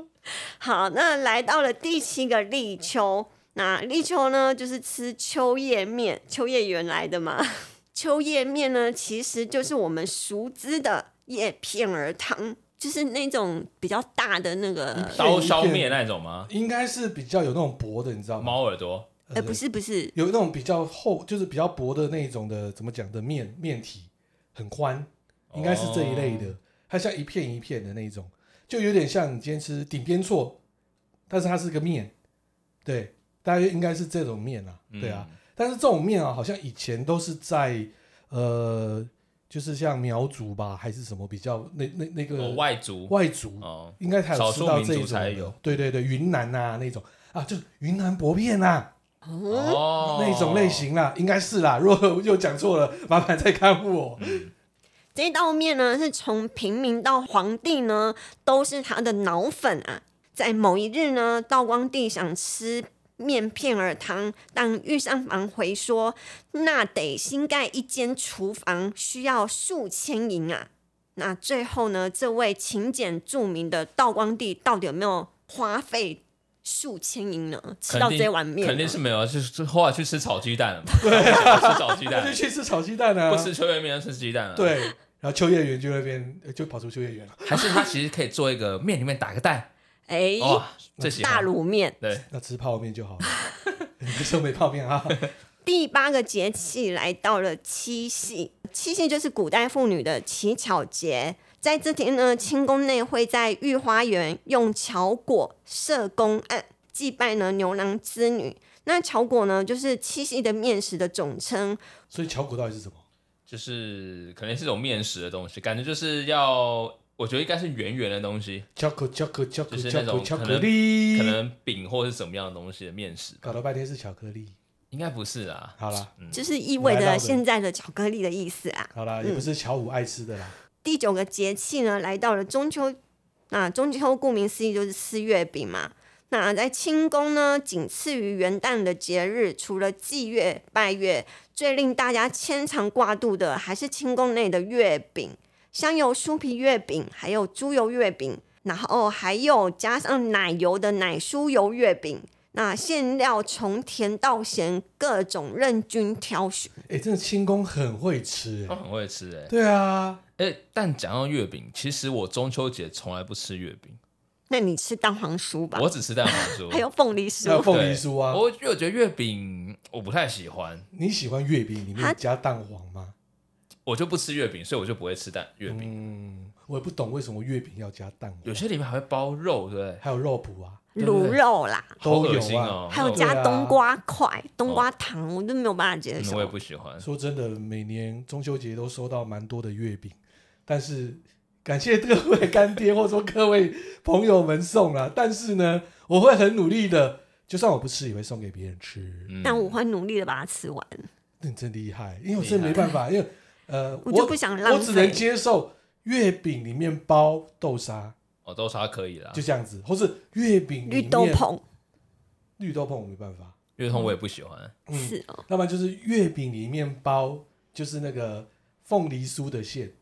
S2: 好，那来到了第七个立秋，那立秋呢，就是吃秋叶面，秋叶原来的嘛。 (laughs) 秋叶面呢，其实就是我们熟知的叶片儿汤，就是那种比较大的那个，
S3: 刀削面那种吗？
S1: (laughs) 应该是比较有那种薄的，你知道吗？
S3: 猫耳朵，
S2: 呃，不是不是，
S1: 有那种比较厚，就是比较薄的那一种的，怎么讲的面面体很宽，应该是这一类的，它像一片一片的那一种，就有点像你今天吃顶边错，但是它是个面，对，大约应该是这种面啊，
S3: 嗯
S1: 对啊，但是这种面啊，好像以前都是在呃，就是像苗族吧，还是什么比较那那那
S3: 哦，
S1: 个
S3: 外族
S1: 外族，
S3: 哦，
S1: 应该才有
S3: 少
S1: 吃
S3: 数
S1: 到
S3: 民
S1: 这
S3: 族
S1: 一种
S3: 才
S1: 的
S3: 有，
S1: 对对对，云南啊那种啊，就是云南薄片啊。
S2: 哦，
S3: 哦，
S1: 那种类。型啦，应该是啦。如果又讲错了，麻烦再看护我。
S2: 这道面呢，是从平民到皇帝呢，都是他的脑粉啊。在某一日呢，道光帝想吃面片儿汤，但御膳房回说，那得新盖一间厨房，需要数千银啊。那最后呢，这位勤俭著名的道光帝到底有没有花费数千银呢？吃到这碗面呢，
S3: 肯定是没有啊，就是是后来去吃炒鸡
S1: (laughs)
S3: 蛋了嘛，
S1: 啊
S3: 对，吃炒鸡
S1: 那 (laughs)
S3: 蛋
S1: 就，去吃炒鸡蛋啊，
S3: 不吃秋叶面吃鸡蛋了。，啊
S1: 对。然后秋叶原就那边呃就跑出秋叶原了，
S3: 还是他其实可以做一个面里面打个蛋，
S2: 哎，
S3: 哇，最哦喜
S2: 大
S3: 欢。
S2: 卤面。
S3: 对，
S1: 那吃泡面就好了。 (laughs) 你们说没泡面啊？
S2: 第八个节气来到了七夕，七夕就是古代妇女的乞巧节。在这天呢，清宫内会在御花园用巧果设公案，祭拜呢牛郎织女。那巧果呢，就是七夕的面食的总称。
S1: 所以巧果到底是什么？
S3: 就是可能是种面食的东西，感觉就是要，我觉得应该是圆圆的东西，
S1: 巧克巧克巧克
S3: 就是
S1: 巧
S3: 那
S1: 克
S3: 种
S1: 巧
S3: 可
S1: 克
S3: 能
S1: 力
S3: 可，能饼或是什么样的东西的面食吧，
S1: 搞了半天是巧克力。
S3: 应该不是啦。
S1: 好啦
S3: 嗯
S2: 就是意味
S1: 来到
S2: 着
S1: 的
S2: 现在的巧克力的意思啊。
S1: 好啦，也不是巧五爱吃的啦。
S2: 第九个节气呢，来到了中秋。那中秋顾名思义就是吃月饼嘛。那在清宫呢，仅次于元旦的节日，除了祭月、拜月，最令大家牵肠挂肚的还是清宫内的月饼，香油酥皮月饼，还有猪油月饼，然后还有加上奶油的奶酥油月饼。那馅料从甜到咸，各种任君挑选。
S1: 哎，真的清宫很会吃
S3: 他
S1: 欸。
S3: 们很会吃哎、
S1: 对啊，
S3: 欸，哎、但讲到月饼，其实我中秋节从来不吃月饼，
S2: 那你吃蛋黄酥吧，
S3: 我只吃蛋黄酥。
S2: 还有凤梨
S1: 还有
S2: 酥。
S1: 凤
S3: 对
S1: 梨酥啊。
S3: 我因为我觉得月饼我不太喜欢，
S1: 你喜欢月饼里
S2: 它
S1: 面加蛋黄吗？
S3: 我就不吃月饼，所以我就不会吃蛋月饼。
S1: 嗯，我也不懂为什么月饼要加蛋
S3: 有
S1: 黄，
S3: 些里面还会包肉，对不对？
S1: 还有肉脯啊。对不
S2: 卤
S1: 对
S2: 肉啦，
S3: 好
S1: 都有啊
S3: 恶心哦、
S2: 还有
S3: 那种
S1: 对
S2: 加
S1: 啊
S2: 冬瓜块、冬瓜糖，我都没有办法接
S3: 嗯
S2: 受
S3: 我。也不喜欢。
S1: 说真的，每年中秋节都收到蛮多的月饼，但是感谢各位干爹或者说各位朋友们送啦。但是呢，我会很努力的，就算我不吃，也会送给别人吃。
S3: 嗯
S2: 但我会努力的把它吃完。
S1: 那你真厉害，因为我真的没办法，因为呃，我
S2: 我就不想浪费
S1: 我只能接受月饼里面包豆沙，
S3: 哦，豆沙可以啦
S1: 就，这样子，或是月饼里
S2: 绿
S1: 面
S2: 豆，椪
S1: 绿豆椪我没办法。
S3: 月通我也不喜欢。
S1: 嗯
S2: 是哦，
S1: 要不然就是月饼里面包就是那个凤梨酥的馅，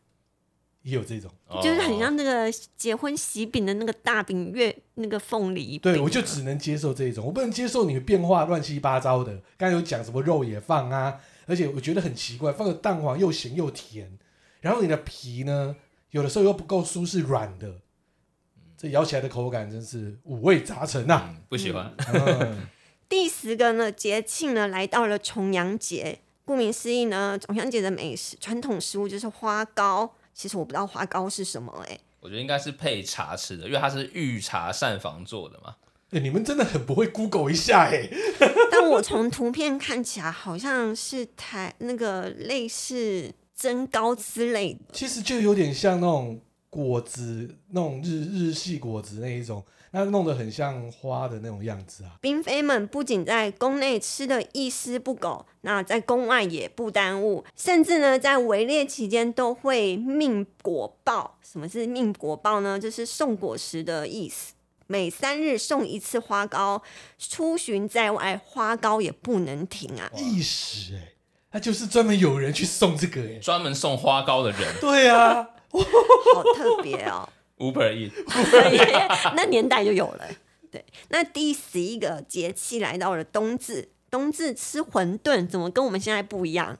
S1: 也有这种。
S3: 哦
S2: 就是很像那个结婚喜饼的那个大饼月那个凤梨饼啊。
S1: 对，我就只能接受这一种，我不能接受你变化乱七八糟的。刚才有讲什么肉也放啊，而且我觉得很奇怪，放个蛋黄又咸又甜，然后你的皮呢，有的时候又不够酥，是软的，这咬起来的口感真是五味杂陈呐、啊
S3: 嗯不喜欢。
S1: 嗯
S2: 第十个呢，节庆呢来到了重阳节，顾名思义呢，重阳节的美食传统食物就是花糕。其实我不知道花糕是什么、欸，哎，
S3: 我觉得应该是配茶吃的，因为它是御茶膳房做的嘛。
S1: (laughs) 哎、你们真的很不会 Google 一下哎、
S2: 但我从图片看起来好像是台那个类似蒸糕之类的，
S1: 其实就有点像那种果子，那种日日系果子那一种，那弄得很像花的那种样子啊。
S2: 嫔妃们不仅在宫内吃的一丝不苟，那在宫外也不耽误，甚至呢，在围猎期间都会命果报。什么是命果报呢？就是送果实的意思。每三日送一次花糕，出巡在外，花糕也不能停啊！
S1: 意识哎、他就是专门有人去送这个哎、
S3: 专门送花糕的人 (laughs)
S1: 对啊，
S2: 好特别哦。
S3: ，Uber E，
S2: 那年代就有了。对，那第十一个节气来到了冬至，冬至吃馄饨，怎么跟我们现在不一样？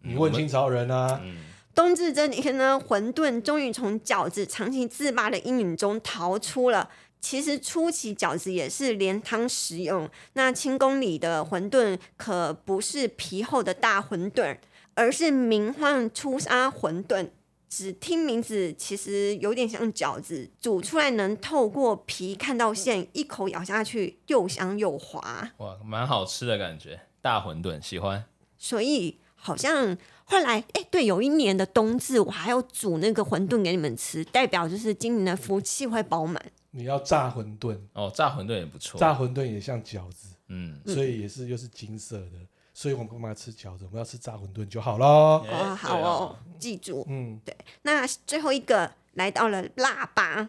S1: 你问清朝人啊，
S3: 嗯，
S2: 冬至这天呢，馄饨终于从饺子长期自霸的阴影中逃出了。其实初期饺子也是连汤食用，那清宫里的馄饨可不是皮厚的大馄饨，而是名唤粗砂馄饨。只听名字，其实有点像饺子，煮出来能透过皮看到馅，一口咬下去又香又滑。
S3: 哇，蛮好吃的感觉，大馄饨喜欢。
S2: 所以好像后来，哎、对，有一年的冬至，我还要煮那个馄饨给你们吃，代表就是今年的福气会饱满。
S1: 你要炸馄饨，
S3: 哦，炸馄饨也不错。
S1: 炸馄饨也像饺子，
S3: 嗯，
S1: 所以也是又是金色的，所以我们干嘛吃饺子？我们要吃炸馄饨就好喽。
S3: 哎
S2: 哦，好哦，，记住。
S1: 嗯，
S2: 那最后一个来到了腊八，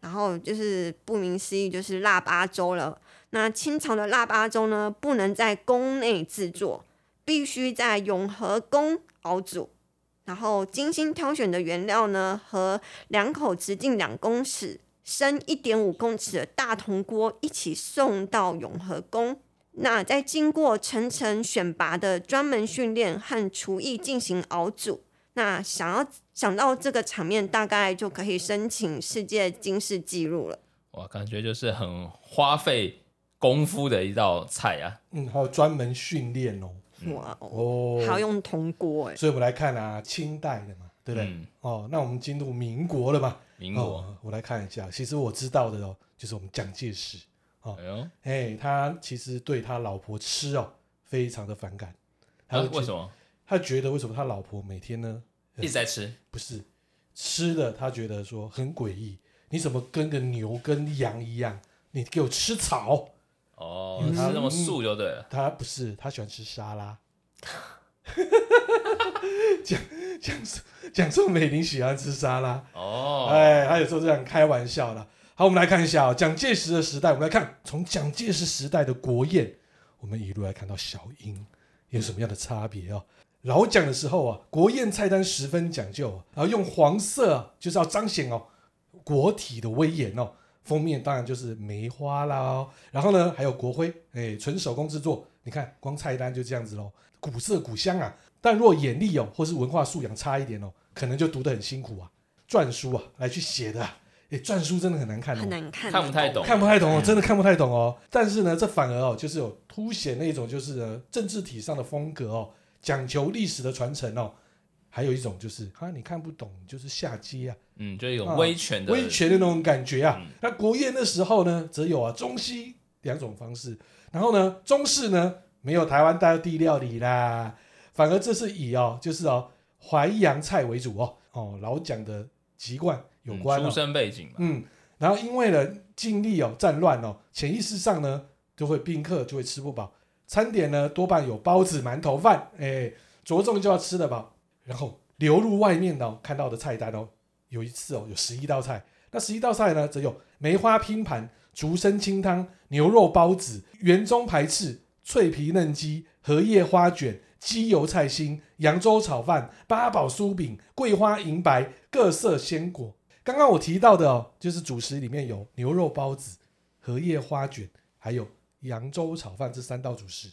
S2: 然后就是不明思义，就是腊八粥了。那清朝的腊八粥呢，不能在宫内制作，必须在永和宫熬煮。然后精心挑选的原料呢，和两口直径两公尺、深一点五公尺的大铜锅一起送到永和宫。那再经过层层选拔的专门训练和厨艺进行熬煮。那想要想到这个场面，大概就可以申请世界金氏纪录了。
S3: 哇，感觉就是很花费功夫的一道菜啊。
S1: 嗯，还有专门训练哦。
S3: 嗯
S2: 哇哦，
S1: 哦，
S2: 还要用铜锅哎，
S1: 所以我们来看啊，清代的嘛，对不对？
S3: 嗯，
S1: 哦，那我们进入民国了嘛？
S3: 民国，
S1: 哦，我来看一下，其实我知道的哦，就是我们蒋介石，哦
S3: 哎呦，
S1: 哎，他其实对他老婆吃哦非常的反感，他
S3: 啊为什
S1: 么？
S3: 么
S1: 他觉得为什么他老婆每天呢
S3: 一直在吃？
S1: 不是吃的，他觉得说很诡异，你怎么跟个牛跟羊一样？你给我吃草，
S3: 哦，
S1: 嗯
S3: 吃那么素就对了。
S1: 他不是，他喜欢吃沙拉。 (laughs) 蒋蒋宋蒋宋美龄喜欢吃沙拉，
S3: 哦，
S1: 哎，他有时候这样开玩笑啦。好，我们来看一下哦，蒋介石的时代，我们来看从蒋介石时代的国宴，我们一路来看到小英有什么样的差别哦。老蒋的时候啊，国宴菜单十分讲究啊，然后用黄色、啊、就是要彰显哦国体的威严哦。封面当然就是梅花啦、哦，然后呢还有国徽，哎，纯手工制作。你看光菜单就这样子喽，古色古香啊。但若眼力哦，或是文化素养差一点哦，可能就读得很辛苦啊。篆书啊来去写的、啊，诶，篆书真的很难看、哦，
S2: 很难哎看，欸
S3: 看不太懂
S1: 看不太懂哦，真的看不太懂哦。但是呢，这反而哦，就是有凸显那种就是呢政治体上的风格哦，讲求历史的传承哦。还有一种就是啊，你看不懂你就是下街啊，
S3: 嗯，就有威权的
S1: 威权的那种感觉啊。
S3: 嗯
S1: 那国宴的时候呢，则有啊中西两种方式。然后呢，中式呢没有台湾大地料理啦，反而这是以哦，就是哦淮扬菜为主哦。哦，老蒋的籍贯有
S3: 嗯
S1: 关、哦
S3: 出身背景嘛。
S1: 嗯，然后因为呢，尽力哦，战乱哦，潜意识上呢，就会宾客就会吃不饱，餐点呢多半有包子、馒头、饭，哎，着重就要吃得饱。然后流入外面的哦、看到的菜单哦，有一次哦，有十一道菜，那十一道菜呢，则有梅花拼盘、竹升清汤、牛肉包子、园中排翅、脆皮嫩鸡、荷叶花卷、鸡油菜心、扬州炒饭、八宝酥饼、桂花银白、各色鲜果。刚刚我提到的哦，就是主食里面有牛肉包子、荷叶花卷，还有扬州炒饭这三道主食，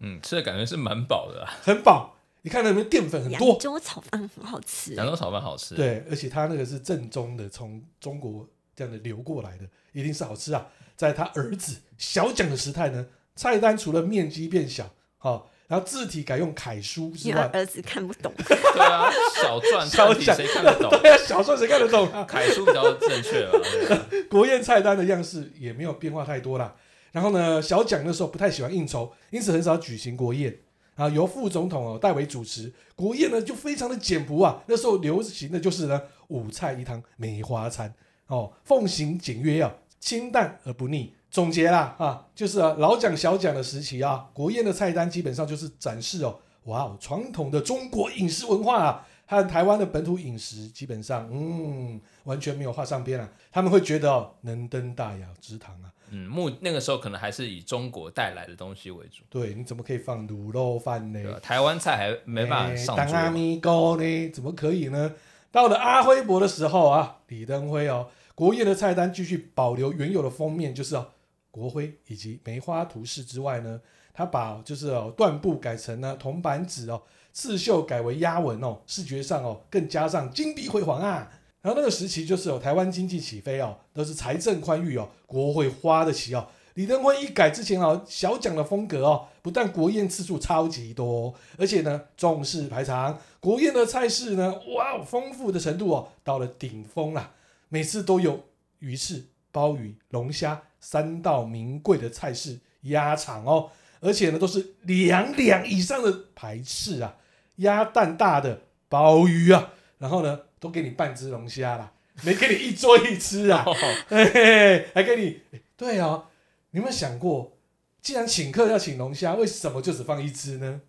S3: 嗯，吃的感觉是蛮饱的啊。
S1: 很饱。你看到有没有淀粉很
S2: 扬
S1: 多？
S2: 州炒饭很好吃
S3: 扬，州炒饭好吃。，
S1: 对，而且它那个是正宗的，从中国这样的流过来的，一定是好吃啊。在他儿子小蒋的时代呢，菜单除了面积变小，好、然后字体改用楷书之
S2: 欸 (laughs) 因为
S1: 外，
S2: 儿子看不懂，
S3: 对啊，小
S1: (laughs)
S3: 篆
S1: 小
S3: 篆体
S1: 篆
S3: 谁看得懂？
S1: (laughs)
S3: (laughs)
S1: 对啊，小说谁看得懂啊？
S3: 楷书比较正确嘛。对啊
S1: (laughs) 国宴菜单的样式也没有变化太多啦。然后呢，小蒋那时候不太喜欢应酬，因此很少举行国宴啊，由副总统哦代为主持。国宴呢就非常的简朴啊，那时候流行的就是呢五菜一汤梅花餐哦，奉行简约啊，清淡而不腻。总结啦啊，就是、啊、老蒋小蒋的时期啊，国宴的菜单基本上就是展示哦，哇哦，传统的中国饮食文化啊，和台湾的本土饮食基本上嗯完全没有画上边啊。他们会觉得哦，能登大雅之堂啊，
S3: 嗯，目那个时候可能还是以中国带来的东西为主，
S1: 对，你怎么可以放卤肉饭呢
S3: 对？吧？台湾菜还没办法上
S1: 哎当阿
S3: 桌，
S1: 米糕呢，怎么可以呢？到了阿辉伯的时候啊，李登辉哦，国宴的菜单继续保留原有的封面，就是哦，国徽以及梅花图示之外呢，他把就是哦缎布改成呢铜板纸哦，刺绣改为压纹哦，视觉上哦更加上金碧辉煌啊。然后那个时期就是哦，台湾经济起飞哦，都是财政宽裕哦，国会花得起哦。李登辉一改之前哦，小蒋的风格哦，不但国宴次数超级多哦、而且呢重视排场，国宴的菜式呢，哇哦，丰富的程度哦，到了顶峰啦，每次都有鱼翅、鲍鱼、龙虾三道名贵的菜式鸭场哦，而且呢都是两两以上的排翅啊，鸭蛋大的鲍鱼啊，然后呢都给你半只龙虾啦，没给你一桌一吃啊。嘿嘿嘿，还给你，欸对啊，你有没有想过，既然请客要请龙虾，为什么就只放一只呢？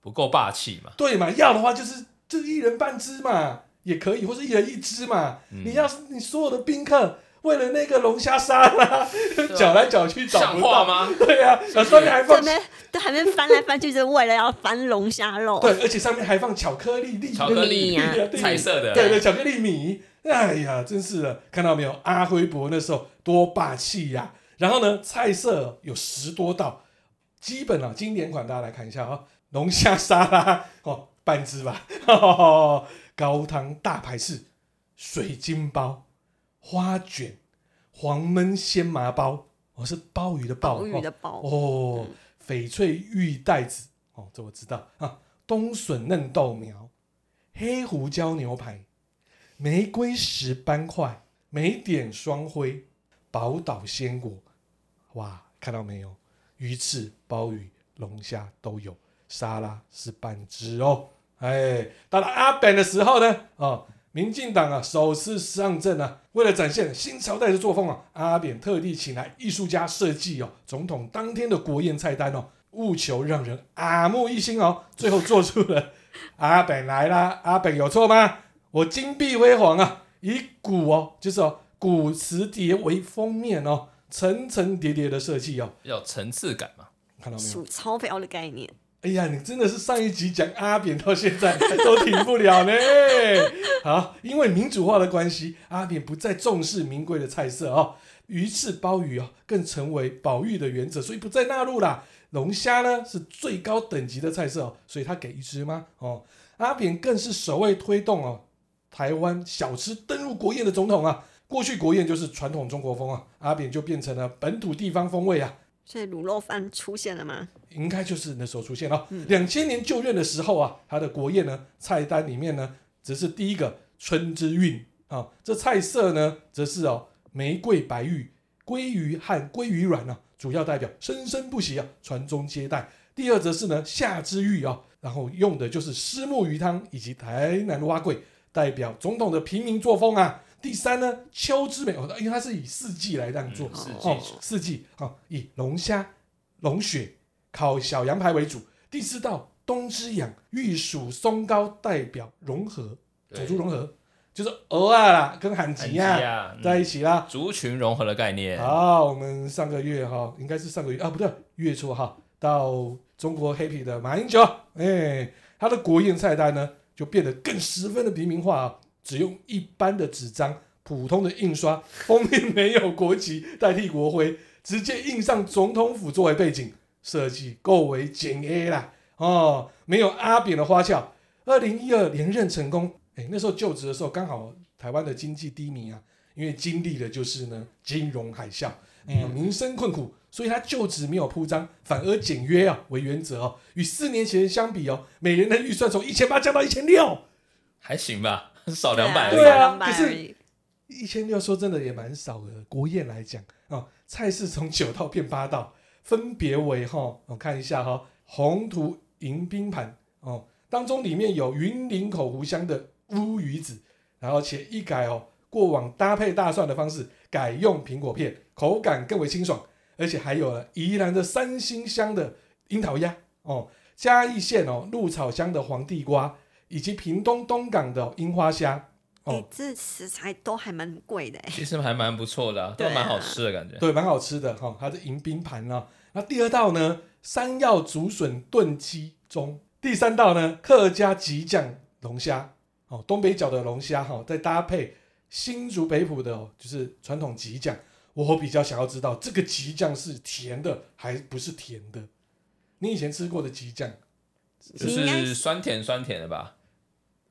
S3: 不够霸气嘛。
S1: 对嘛，要的话就是就一人半只嘛，也可以，或是一人一只嘛。
S3: 嗯
S1: 你要是你所有的宾客为了那个龙虾沙拉，搅、来搅去找
S3: 啊像
S1: 不
S3: 话
S1: 到，
S3: 吗？
S1: 对啊，然后上面还
S2: 这
S1: 放
S2: 边都还没翻来翻去，就是为了要翻龙虾肉。
S1: 对，而且上面还放巧克力粒，
S3: 巧克力
S2: 米啊
S1: 对
S3: 彩色的，
S1: 对对，巧克力米。哎呀，真是的，看到没有？阿辉伯那时候多霸气呀、然后呢，菜色有十多道，基本啊，经典款大家来看一下啊、龙虾沙拉哦，半只吧， (laughs) 哦、高汤大排翅，水晶包，花卷，黄焖鲜麻包，哦，是鲍鱼的鲍，
S2: 鲍鱼的
S1: 哦
S2: 鲍，
S1: 哦，翡翠玉带子，哦，这我知道啊，冬笋嫩豆苗，黑胡椒牛排，玫瑰石斑块，梅点双辉，宝岛鲜果，哇，看到没有？鱼翅、鲍鱼、龙虾都有，沙拉是半只哦。哎，到了阿扁的时候呢，哦，民进党啊首次上阵啊，为了展现新朝代的作风啊，阿扁特地请来艺术家设计哦，总统当天的国宴菜单哦，务求让人耳目一新哦，最后做出了 (laughs) 阿扁来啦，阿扁有错吗？我金碧辉煌啊，以古哦，就是哦古瓷碟为封面哦，层层叠叠的设计哦，
S3: 要有层次感嘛。
S1: 看到没有？
S2: 数钞票的概念，
S1: 哎呀，你真的是上一集讲阿扁到现在都停不了呢。 (laughs) 好，因为民主化的关系，阿扁不再重视名贵的菜色哦，鱼翅、鲍鱼哦，更成为保育的原则，所以不再纳入啦。龙虾呢是最高等级的菜色哦，所以他给一只吗？哦，阿扁更是首位推动哦台湾小吃登入国宴的总统啊。过去国宴就是传统中国风啊，阿扁就变成了本土地方风味啊。
S2: 所以卤肉饭出现了吗？
S1: 应该就是那时候出现了。两千年就任的时候啊，它的国宴呢菜单里面呢，只是第一个春之韵啊，这菜色呢则是哦玫瑰白玉、鲑鱼和鲑鱼卵啊，主要代表生生不息啊，传宗接代。第二则是呢夏之玉啊，然后用的就是虱目鱼汤以及台南蛙桂，代表总统的平民作风啊。第三呢秋之美，哦因为它是以四季来这样做，
S3: 嗯四季
S1: 哦四季啊、哦以龙虾、龙血烤小羊排为主。第四道冬之养，玉属松糕，代表融合，
S3: 对
S1: 种族融合，就是鹅啊啦跟罕
S3: 很
S1: 吉
S3: 急
S1: 啊
S3: 啊，
S1: 在一
S3: 嗯
S1: 起啦。
S3: 族群融合的概念，
S1: 好，我们上个月哈，应该是上个月啊，不对，月初哈，到中国 Happy 的马英九，哎、他的国宴菜单呢就变得更十分的平民化啊，只用一般的纸张、普通的印刷，封面没有国旗代替国徽，直接印上总统府作为背景，设计够为简约啦。哦，没有阿扁的花俏。二零一二连任成功，哎，那时候就职的时候刚好台湾的经济低迷啊，因为经历的就是呢金融海啸，哎
S4: 嗯
S1: 民生困苦，所以他就职没有铺张，反而简约啊为原则哦。与四年前相比哦，每人的预算从一千八降到一千六，
S3: 还行吧， (laughs) 少哦两百而已。
S1: 对啊
S2: 两百
S1: 可是
S2: 而已。
S1: 一千六说真的也蛮少的。国宴来讲啊、哦菜式从九道变八道，分别为哈、哦，我看一下哈、红土迎宾盘哦，当中里面有云林口湖乡的乌鱼子，然后且一改哦过往搭配大蒜的方式，改用苹果片，口感更为清爽，而且还有了宜兰的三星乡的樱桃鸭哦，嘉义县哦鹿草乡的黄地瓜，以及屏东东港的樱花虾哦
S2: 哎，，这食材都还蛮贵的哎。
S3: 其实还蛮不错的、啊，都
S2: 对啊
S3: 蛮好吃的感觉。
S1: 对，蛮好吃的哈、它是迎宾盘啦、那第二道呢，山药竹笋炖鸡中；第三道呢，客家吉酱龙虾哦，东北角的龙虾哈、再搭配新竹北埔的、哦，就是传统吉酱。我比较想要知道这个吉酱是甜的还不是甜的？你以前吃过的吉酱，
S3: 就
S2: 应该
S3: 是
S2: 是
S3: 酸甜酸甜的吧？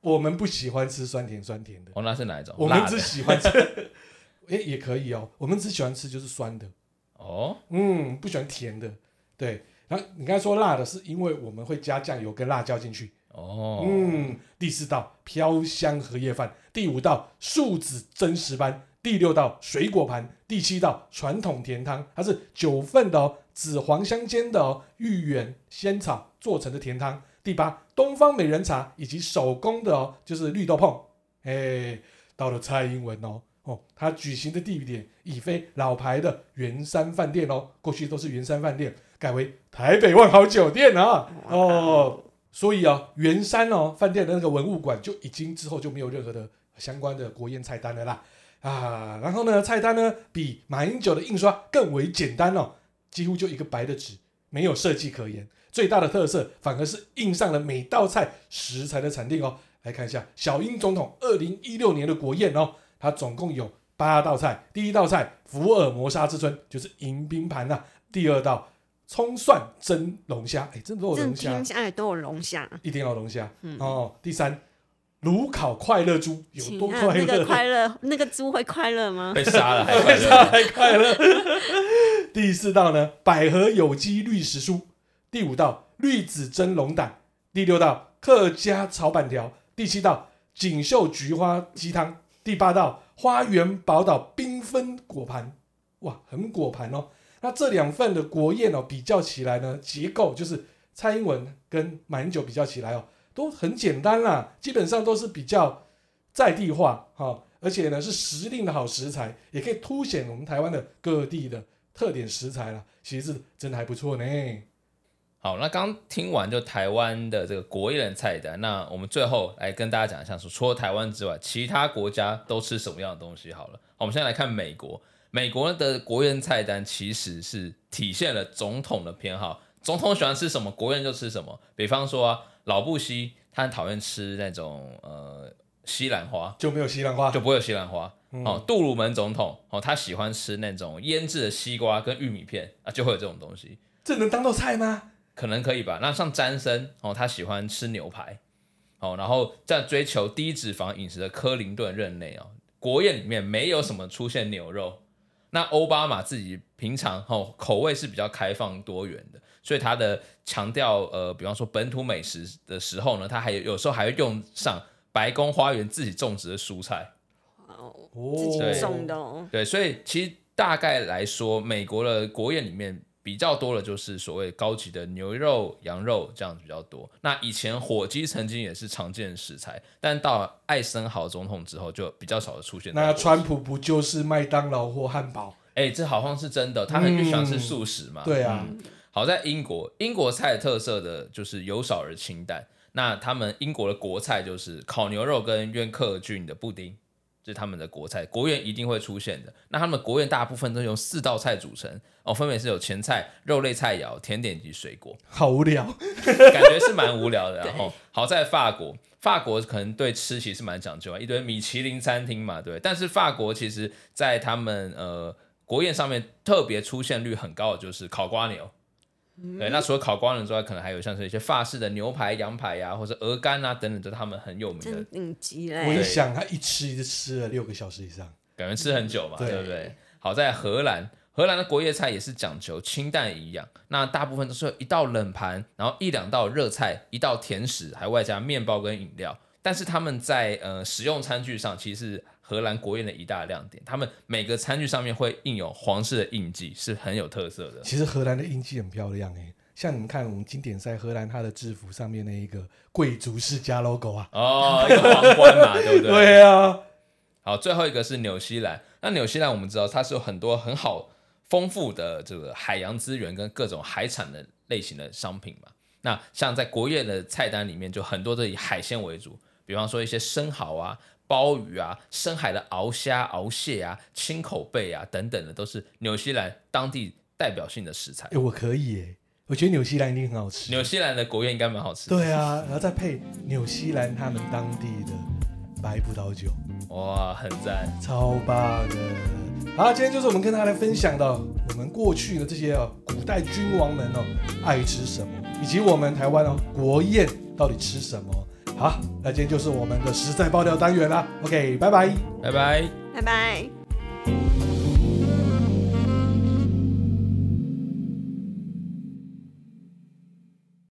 S1: 我们不喜欢吃酸甜酸甜的，
S3: 哦，那是哪一种？
S1: 我们
S3: 辣
S1: 只
S3: 的
S1: 喜欢吃， (laughs) 哎、也可以哦，我们只喜欢吃就是酸的。
S3: 哦，
S1: 嗯，不喜欢甜的，对。然后你刚才说辣的，是因为我们会加酱油跟辣椒进去。
S3: 哦，
S1: 嗯，第四道飘香荷叶饭，第五道树脂真实班，第六道水果盘，第七道传统甜汤，它是九份的哦，紫黄相间的哦，芋圆、仙草做成的甜汤。第八，东方美人茶以及手工的哦，就是绿豆椪。哎，到了蔡英文哦。哦，他举行的地点已非老牌的圆山饭店哦，过去都是圆山饭店，改为台北万豪酒店啊。哦，所以啊，圆山哦饭店的那个文物馆就已经之后就没有任何的相关的国宴菜单了啦。啊，然后呢，菜单呢比马英九的印刷更为简单哦，几乎就一个白的纸，没有设计可言。最大的特色反而是印上了每道菜食材的产地哦。来看一下小英总统二零一六年的国宴哦，它总共有八道菜。第一道菜福尔摩沙之春就是迎宾盘呐、第二道葱蒜蒸龙虾，哎，真的有
S2: 这
S1: 龙虾，
S2: 听起来都有龙虾，
S1: 一定要龙虾。
S2: 嗯
S1: 哦，第三，炉烤快乐猪有
S2: 请
S1: 多
S2: 问
S1: 快
S2: 那个
S1: 乐？
S2: 快乐，那个猪会快
S1: (laughs)
S2: 乐吗？
S3: 被杀了还快乐。
S1: 太快乐。第四道呢，百合有机绿时蔬；第五道，绿子蒸龙胆；第六道，客家炒板条；第七道，锦绣菊花鸡汤；第八道，花园宝岛缤纷果盘。哇，很果盘哦。那这两份的国宴哦，比较起来呢，结构就是蔡英文跟马英九比较起来哦，都很简单啦，基本上都是比较在地化哈、而且呢是时令的好食材，也可以凸显我们台湾的各地的特点食材啦。其实真的还不错呢。
S3: 好，那刚听完就台湾的这个国宴菜单，那我们最后来跟大家讲一下说，除了台湾之外，其他国家都吃什么样的东西？好了，好我们现在来看美国，美国的国宴菜单其实是体现了总统的偏好，总统喜欢吃什么，国宴就吃什么。比方说啊，老布希他很讨厌吃那种呃西兰花，
S1: 就没有西兰花
S3: 就不会有西兰花。哦，杜鲁门总统哦，他喜欢吃那种腌制的西瓜跟玉米片啊，就会有这种东西。
S1: 这能当做菜吗？
S3: 可能可以吧。那像詹森哦，他喜欢吃牛排哦，然后在追求低脂肪饮食的克林顿任内哦，国宴里面没有什么出现牛肉。那奥巴马自己平常哦口味是比较开放多元的，所以他的强调呃，比方说本土美食的时候呢，他还有有时候还会用上白宫花园自己种植的蔬菜。
S2: 哦，
S1: 哦
S2: 自
S3: 对
S2: 己种的哦，
S3: 对，所以其实大概来说，美国的国宴里面比较多的就是所谓高级的牛肉、羊肉这样子比较多。那以前火鸡曾经也是常见的食材，但到了艾森豪总统之后就比较少的出现到火
S1: 那
S3: 鸡。
S1: 川普不就是麦当劳或汉堡？
S3: 哎、这好像是真的，他很就喜欢吃素食嘛。
S1: 嗯对啊，
S2: 嗯
S3: 好在英国，英国菜的特色的就是由少而清淡。那他们英国的国菜就是烤牛肉跟约克郡的布丁，这是他们的国菜，国宴一定会出现的。那他们的国宴大部分都由四道菜组成，哦，分别是有前菜、肉类菜肴、甜点及水果。
S1: 好无聊。
S3: 感觉是蛮无聊的。然后，好在法国，法国可能对吃其实蛮讲究啊，一堆米其林餐厅嘛，对。但是法国其实在他们呃国宴上面特别出现率很高的就是烤瓜牛。对，那除了烤瓜牛之外，可能还有像是一些法式的牛排、羊排呀、或者鹅啊肝啊等等，都是他们很有名的
S2: 真顶级嗯
S1: 我
S2: 嘞！
S1: 一想，他一吃一直吃了六个小时以上，
S3: 感觉吃很久嘛，
S1: 对
S3: 对不对？好在荷兰，荷兰的国叶菜也是讲求清淡营养，那大部分都是一道冷盘，然后一两道热菜，一道甜食，还外加面包跟饮料。但是他们在呃使用餐具上，其实是荷兰国宴的一大亮点。他们每个餐具上面会印有皇室的印记，是很有特色的。
S1: 其实荷兰的印记很漂亮诶、欸像你们看我们经典赛荷兰它的制服上面那一个贵族世家 logo 啊，
S3: 哦，一个皇冠嘛，对不对？
S1: 对啊，
S3: 好，最后一个是纽西兰。那纽西兰我们知道它是有很多很好丰富的这个海洋资源跟各种海产的类型的商品嘛。那像在国宴的菜单里面，就很多都以海鲜为主，比方说一些生蚝啊、鲍鱼啊、深海的鳌虾、鳌蟹啊、青口贝啊等等的，都是纽西兰当地代表性的食材
S1: 哎、。我可以诶、我觉得纽西兰一定很好吃。
S3: 纽西兰的国宴应该蛮好吃的，
S1: 对啊，然后再配纽西兰他们当地的白葡萄酒，
S3: 哇，很赞。
S1: 超棒的。好，今天就是我们跟大家来分享的哦我们过去的这些哦，古代君王们哦爱吃什么，以及我们台湾哦国宴到底吃什么。好，那今天就是我们的实在爆料单元啦。OK，拜拜。
S3: 拜拜。
S2: 拜拜。